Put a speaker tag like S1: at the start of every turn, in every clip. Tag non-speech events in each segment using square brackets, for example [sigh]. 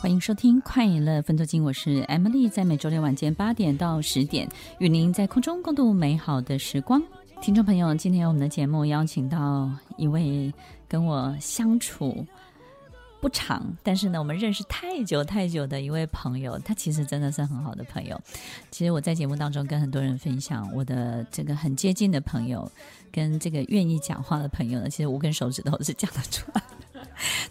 S1: 欢迎收听《快乐分多金》，我是 Emily，在每周六晚间八点到十点，与您在空中共度美好的时光。听众朋友，今天我们的节目邀请到一位跟我相处不长，但是呢，我们认识太久太久的一位朋友，他其实真的是很好的朋友。其实我在节目当中跟很多人分享我的这个很接近的朋友，跟这个愿意讲话的朋友呢，其实五根手指头是讲得出来的。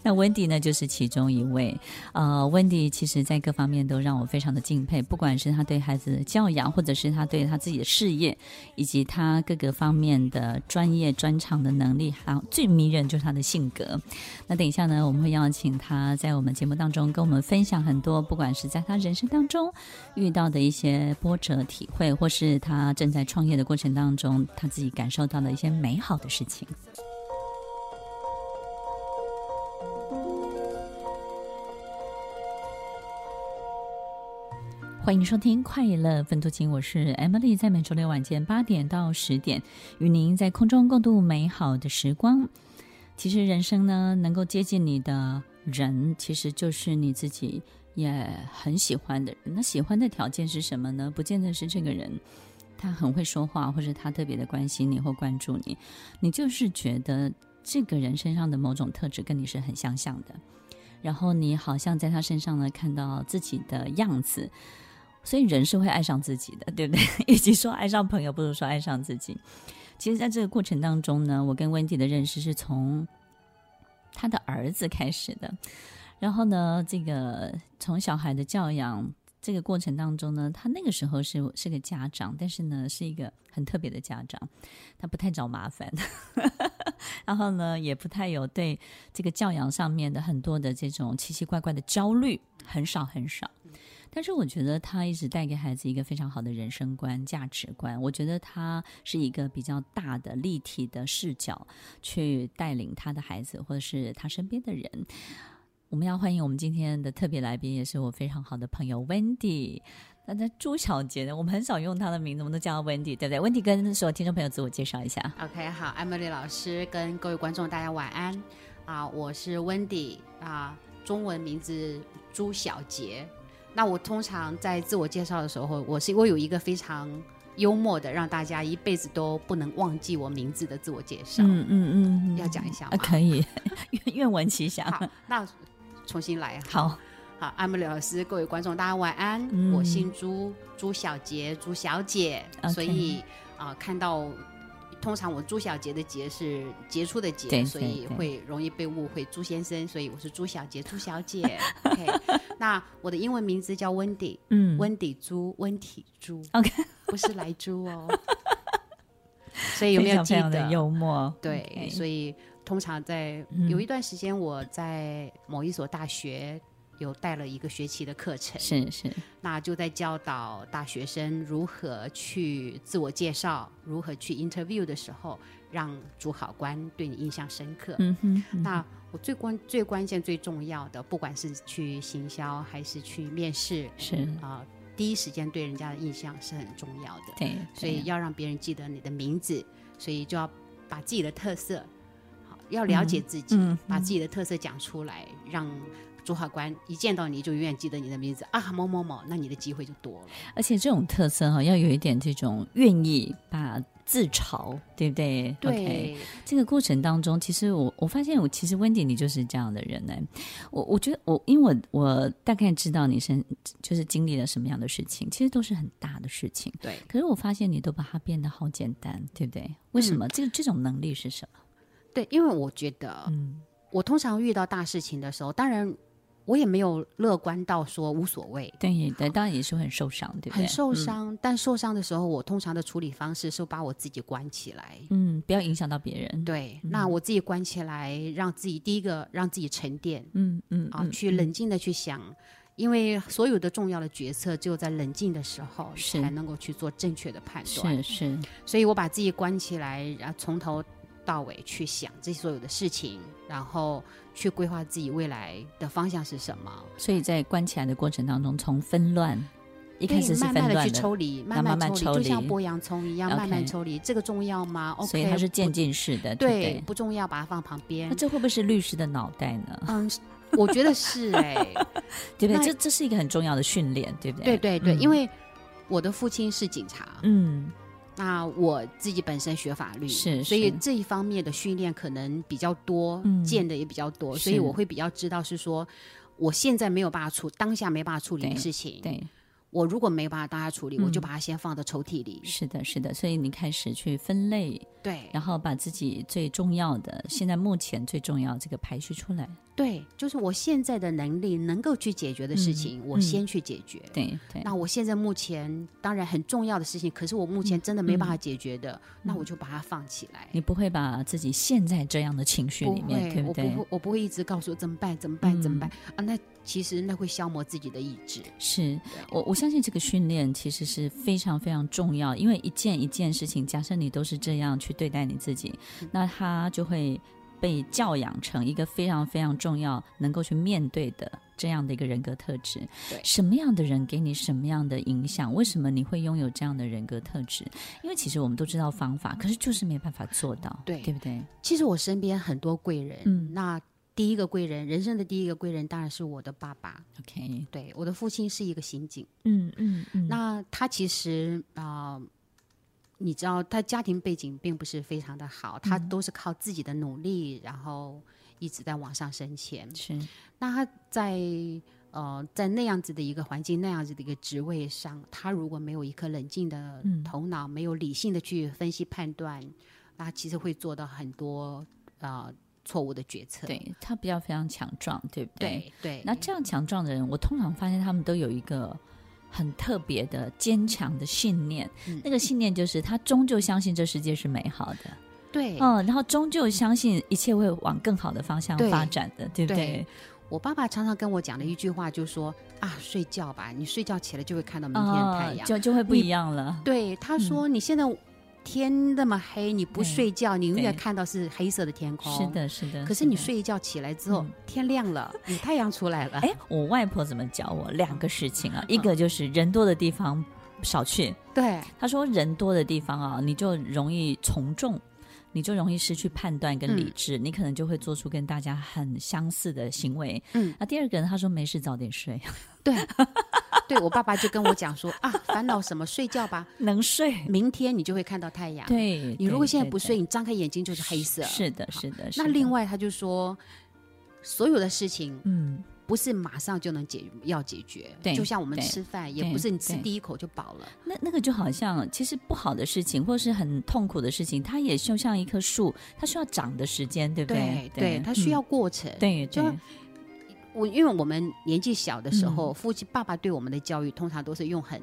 S1: 那 Wendy 呢，就是其中一位。呃，Wendy 其实在各方面都让我非常的敬佩，不管是他对孩子的教养，或者是他对他自己的事业，以及他各个方面的专业专长的能力，还有最迷人就是他的性格。那等一下呢，我们会邀请他在我们节目当中跟我们分享很多，不管是在他人生当中遇到的一些波折体会，或是他正在创业的过程当中，他自己感受到的一些美好的事情。欢迎收听《快乐分多金》，我是 Emily，在每周六晚间八点到十点，与您在空中共度美好的时光。其实人生呢，能够接近你的人，其实就是你自己也很喜欢的人。那喜欢的条件是什么呢？不见得是这个人他很会说话，或者他特别的关心你或关注你，你就是觉得这个人身上的某种特质跟你是很相像的，然后你好像在他身上呢看到自己的样子。所以人是会爱上自己的， [laughs] 对不对？与其说爱上朋友，不如说爱上自己。其实，在这个过程当中呢，我跟温迪的认识是从他的儿子开始的。然后呢，这个从小孩的教养这个过程当中呢，他那个时候是是个家长，但是呢，是一个很特别的家长，他不太找麻烦， [laughs] 然后呢，也不太有对这个教养上面的很多的这种奇奇怪怪的焦虑，很少很少。但是我觉得他一直带给孩子一个非常好的人生观、价值观。我觉得他是一个比较大的、立体的视角去带领他的孩子，或者是他身边的人。我们要欢迎我们今天的特别来宾，也是我非常好的朋友 Wendy。那在朱小姐呢？我们很少用她的名字，我们都叫她 Wendy，对不对？Wendy 跟所有听众朋友自我介绍一下。
S2: OK，好，Emily 老师跟各位观众大家晚安啊，我是 Wendy 啊，中文名字朱小杰。那我通常在自我介绍的时候，我是我有一个非常幽默的，让大家一辈子都不能忘记我名字的自我介绍。
S1: 嗯嗯嗯，
S2: 要讲一下吗？
S1: [laughs] 啊、可以，愿 [laughs] 愿闻其详。
S2: 好，那重新来。啊
S1: 好，
S2: 好，阿美老师，各位观众，大家晚安。嗯、我姓朱，朱小杰，朱小姐。所以啊、呃，看到。通常我朱小杰的杰是杰出的杰，所以会容易被误会朱先生，所以我是朱小 [laughs] 杰、朱小姐。OK，那我的英文名字叫温迪，嗯，温迪朱，温体朱
S1: ，OK，
S2: 不是来猪哦。所以有没有记得
S1: 幽默？
S2: 对，所以通常在有一段时间，我在某一所大学有带了一个学期的课程，
S1: 是是，
S2: 那就在教导大学生如何去自我介绍，如何去 interview 的时候，让主考官对你印象深刻。
S1: 嗯哼，嗯
S2: 那我最关最关键最重要的，不管是去行销还是去面试，
S1: 是
S2: 啊、呃，第一时间对人家的印象是很重要的。
S1: 对，
S2: 所以要让别人记得你的名字，所以就要把自己的特色，好要了解自己，
S1: 嗯嗯、
S2: 把自己的特色讲出来，让。主考官一见到你就永远记得你的名字啊，某某某，那你的机会就多了。
S1: 而且这种特色哈、哦，要有一点这种愿意把自嘲，对不对？
S2: 对。
S1: Okay. 这个过程当中，其实我我发现我其实温迪你就是这样的人呢。我我觉得我因为我我大概知道你身就是经历了什么样的事情，其实都是很大的事情。
S2: 对。
S1: 可是我发现你都把它变得好简单，对不对？为什么？嗯、这这种能力是什么？
S2: 嗯对，因为我觉得，嗯，我通常遇到大事情的时候，当然。我也没有乐观到说无所谓。
S1: 对，对，当然也是很受伤，对不对？
S2: 很受伤，但受伤的时候，我通常的处理方式是把我自己关起来。
S1: 嗯，不要影响到别人。
S2: 对，那我自己关起来，让自己第一个让自己沉淀。
S1: 嗯嗯
S2: 啊，去冷静的去想。因为所有的重要的决策，只有在冷静的时候才能够去做正确的判
S1: 断。是是，
S2: 所以我把自己关起来，然后从头到尾去想这所有的事情，然后去规划自己未来的方向是什么。
S1: 所以在关起来的过程当中，从纷乱一开始是
S2: 慢慢的去抽离，慢
S1: 慢
S2: 抽
S1: 离，
S2: 就像剥洋葱一样，慢慢抽离。这个重要吗？OK，
S1: 所以它是渐进式的，
S2: 对，不重要，把它放旁边。
S1: 那这会不会是律师的脑袋呢？
S2: 嗯。我觉得是
S1: [laughs]
S2: 哎、欸，
S1: 对不对？这这是一个很重要的训练，对不
S2: 对？对对对，
S1: 嗯、
S2: 因为我的父亲是警察，
S1: 嗯，
S2: 那我自己本身学法律，
S1: 是，
S2: 所以这一方面的训练可能比较多，
S1: 嗯、
S2: 见的也比较多，所以我会比较知道是说，我现在没有办法处，当下没办法处理的事情，
S1: 对。对
S2: 我如果没把它当下处理，
S1: 嗯、
S2: 我就把它先放到抽屉里。
S1: 是的，是的，所以你开始去分类，
S2: 对，
S1: 然后把自己最重要的，现在目前最重要这个排序出来。
S2: 对，就是我现在的能力能够去解决的事情，我先去解决。
S1: 对、嗯、对。对
S2: 那我现在目前当然很重要的事情，可是我目前真的没办法解决的，
S1: 嗯、
S2: 那我就把它放起来。
S1: 你不会把自己陷在这样的情绪里面，
S2: 不
S1: 对不对？嗯
S2: 我不会，我不会一直告诉怎么办，怎么办，怎么办啊？那。其实那会消磨自己的意志。
S1: 是我我相信这个训练其实是非常非常重要，因为一件一件事情，假设你都是这样去对待你自己，嗯、那他就会被教养成一个非常非常重要，能够去面对的这样的一个人格特质。什么样的人给你什么样的影响？为什么你会拥有这样的人格特质？因为其实我们都知道方法，可是就是没办法做到，
S2: 对
S1: 对不对？
S2: 其实我身边很多贵人，
S1: 嗯，
S2: 那。第一个贵人，人生的第一个贵人当然是我的爸爸。
S1: OK，
S2: 对，我的父亲是一个刑警。
S1: 嗯嗯嗯。嗯嗯
S2: 那他其实啊、呃，你知道，他家庭背景并不是非常的好，他
S1: 嗯
S2: 都是靠自己的努力，然后一直在往上升迁。
S1: 是。
S2: 那他在呃，在那样子的一个环境，那样子的一个职位上，他如果没有一颗冷静的头脑，
S1: 嗯、
S2: 没有理性的去分析判断，那其实会做到很多啊。呃错误的决策，
S1: 对他比较非常强壮，对不
S2: 对？对对。
S1: 那这样强壮的人，我通常发现他们都有一个很特别的坚强的信念，
S2: 嗯、
S1: 那个信念就是他终究相信这世界是美好的，
S2: 对，
S1: 嗯，然后终究相信一切会往更好的方向发展的，
S2: 对
S1: 不
S2: 对？我爸爸常常跟我讲的一句话，就说啊，睡觉吧，你睡觉起来就会看到明天的太阳，哦、
S1: 嗯啊就就会不一样了。
S2: 对，他说、
S1: 嗯、
S2: 你现在。天那么黑，你不睡觉，你永远看到是黑色的天空。
S1: 是的，是的。嗯
S2: 可是你睡一觉起来之后，天亮了，有太阳出来了。
S1: 哎，我外婆怎么教我两个事情啊？
S2: 嗯
S1: 一个就是人多的地方少去。
S2: 对，
S1: 她说人多的地方啊，你就容易从众，你就容易失去判断跟
S2: 嗯
S1: 理智，你可能就会做出跟大家很相似的行为。
S2: 嗯。
S1: 那第二个呢？她说没事早点睡。 [laughs]
S2: 对。对我爸爸就跟我讲说啊，烦恼什么？睡觉
S1: [laughs]
S2: 吧，
S1: 能睡，
S2: 明天你就会看到太阳。
S1: 对
S2: 你如果现在不睡，
S1: 对对对
S2: 你张开眼睛就是黑色。
S1: 是的，是的。是的
S2: 那另外他就说，所有的事情，
S1: 嗯，
S2: 不是马上就能解要解决。
S1: 对，
S2: 就像我们吃饭，也不是你吃第一口就饱了。
S1: 那那个就好像，其实不好的事情，或是很痛苦的事情，它也就像一棵树，它需要长的时间，对不
S2: 对？
S1: 对，
S2: 它需要过程。
S1: 嗯、对，
S2: 就。我因为我们年纪小的时
S1: 嗯
S2: 候，父亲爸爸对我们的教育通常都是用很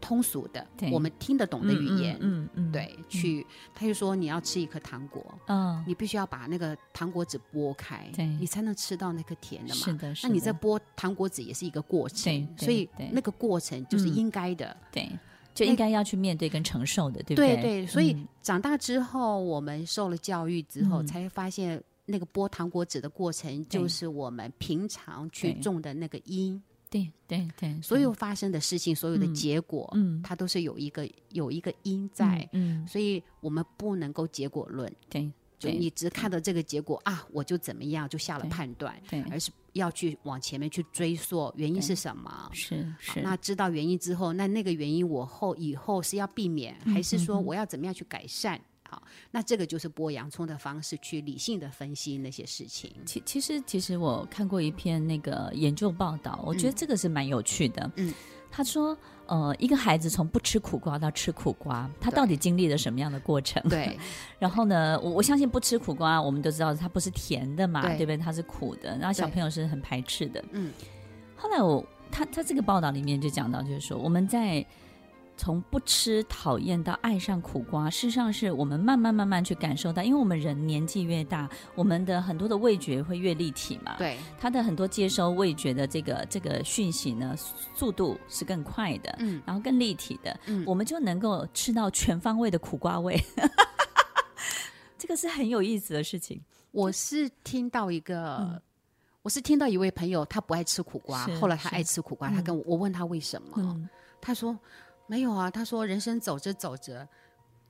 S2: 通俗的、我们听得懂的语言，
S1: 嗯嗯，
S2: 对，去他就说你要吃一颗糖果，
S1: 嗯，
S2: 你必须要把那个糖果纸剥开，
S1: 对，
S2: 你才能吃到那颗甜的嘛。
S1: 是的，
S2: 那你在剥糖果纸也是一个过程，所以那个过程就是
S1: 嗯
S2: 应该的，
S1: 对，就应该要去面对跟承受的，对不
S2: 对？
S1: 对嗯
S2: 对，所以长大之后，我们受了教育之后，才发现。那个剥糖果纸的过程，就是我们平常去种的那个因，
S1: 对对对，
S2: 所有发生的事情，所有的结果，
S1: 嗯，
S2: 它都是有一个有一个因在，
S1: 嗯，
S2: 所以我们不能够结果论，
S1: 对，
S2: 就你只看到这个结果啊，我就怎么样就下了判断，
S1: 对，
S2: 而是要去往前面去追溯原因是什么，啊
S1: 是是，
S2: 那知道原因之后，那那个原因我后以后是要避免，
S1: 嗯
S2: 还是说我要怎么样去改善？好，那这个就是剥洋葱的方式，去理性的分析那些事情。
S1: [laughs] 其其实，其实我看过一篇那个研究报道，我觉得这个是蛮有趣的。
S2: 嗯，
S1: 他说，呃，一个孩子从不吃苦瓜到吃苦瓜，他到底经历了什么样的过程？
S2: 对。
S1: 然后呢，我我相信不吃苦瓜，我们都知道它不是甜的嘛，
S2: 对
S1: 对不对？它是苦的，然后小
S2: 对
S1: 朋友是很排斥的。
S2: 嗯，
S1: 后来我他他这个报道里面就讲到，就是说我们在从不吃讨厌到爱上苦瓜，事实上是我们慢慢慢慢去感受到，因为我们人年纪越大，我们的很多的味觉会越立体嘛。。
S2: 对
S1: 它的很多接收味觉的这个这个讯息呢，速度是更快的，
S2: 嗯，
S1: 然后更立体的，
S2: 嗯
S1: 我们就能够吃到全方位的苦瓜味， [laughs] 这个是很有意思的事情。
S2: 我是听到一个。我是听到一位朋友，他不爱吃苦瓜
S1: 嗯是，
S2: 后来他
S1: 是
S2: 爱吃苦瓜，他跟我我问他为什么，
S1: 嗯，
S2: 他说没有啊，他说人生走着走着，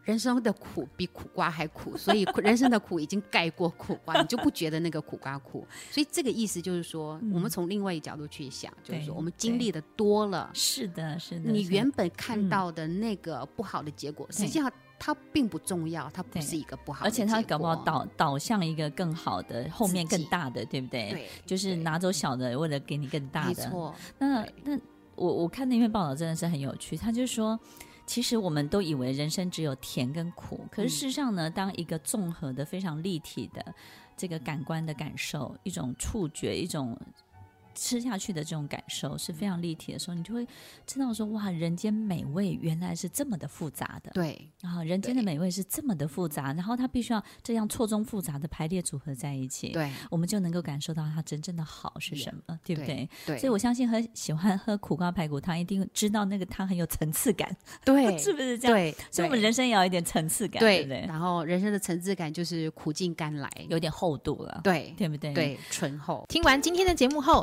S2: 人生的苦比苦瓜还苦，所以苦 [laughs] 人生的苦已经盖过苦瓜，你就不觉得那个苦瓜苦。所以这个意思就是说，我们从另外一角度去想，就是说
S1: 嗯对
S2: 我们经历的多了，
S1: 是的，是的。是
S2: 你
S1: 的嗯
S2: 原本看到的那个不好的结果，实际上它并不重要，它不
S1: 对
S2: 是一个不好
S1: 而
S2: 的
S1: 且它
S2: 结
S1: 搞不好
S2: 果
S1: 导导向一个更好的，后面
S2: 自
S1: 更
S2: 己
S1: 大的，对不对？
S2: 对，
S1: 就是拿走小的，为了给你更大
S2: 没
S1: 的。
S2: 错，
S1: 那
S2: 对
S1: 那我我看那篇报道真的是很有趣，他就说，其实我们都以为人生只有甜跟苦，可是
S2: 嗯
S1: 事实上呢，当一个综合的、非常立体的这个感官的感受，一种触觉，一种。吃下去的这种感受是非常立体的时候，你就会知道说哇，人间美味原来是这么的复杂的。
S2: 对
S1: 啊，人间的
S2: 对
S1: 美味是这么的复杂，然后它必须要这样错综复杂的排列组合在一起，
S2: 对
S1: 我们就能够感受到它真正的好是
S2: Yeah，
S1: 什么，对不
S2: 对
S1: 对？
S2: 对，
S1: 所以我相信喝喜欢喝苦瓜排骨汤，一定知道那个汤很有层次感，
S2: 对
S1: [laughs] 是不是这样？
S2: 对，
S1: 所以我们
S2: 对
S1: 人生也要有一点层次感，对
S2: 对
S1: 不对？
S2: 然后人生的层次感就是苦尽甘来，
S1: 有点厚度了，
S2: 对
S1: 对不对？。
S2: 对醇厚。
S3: 听完今天的节目后，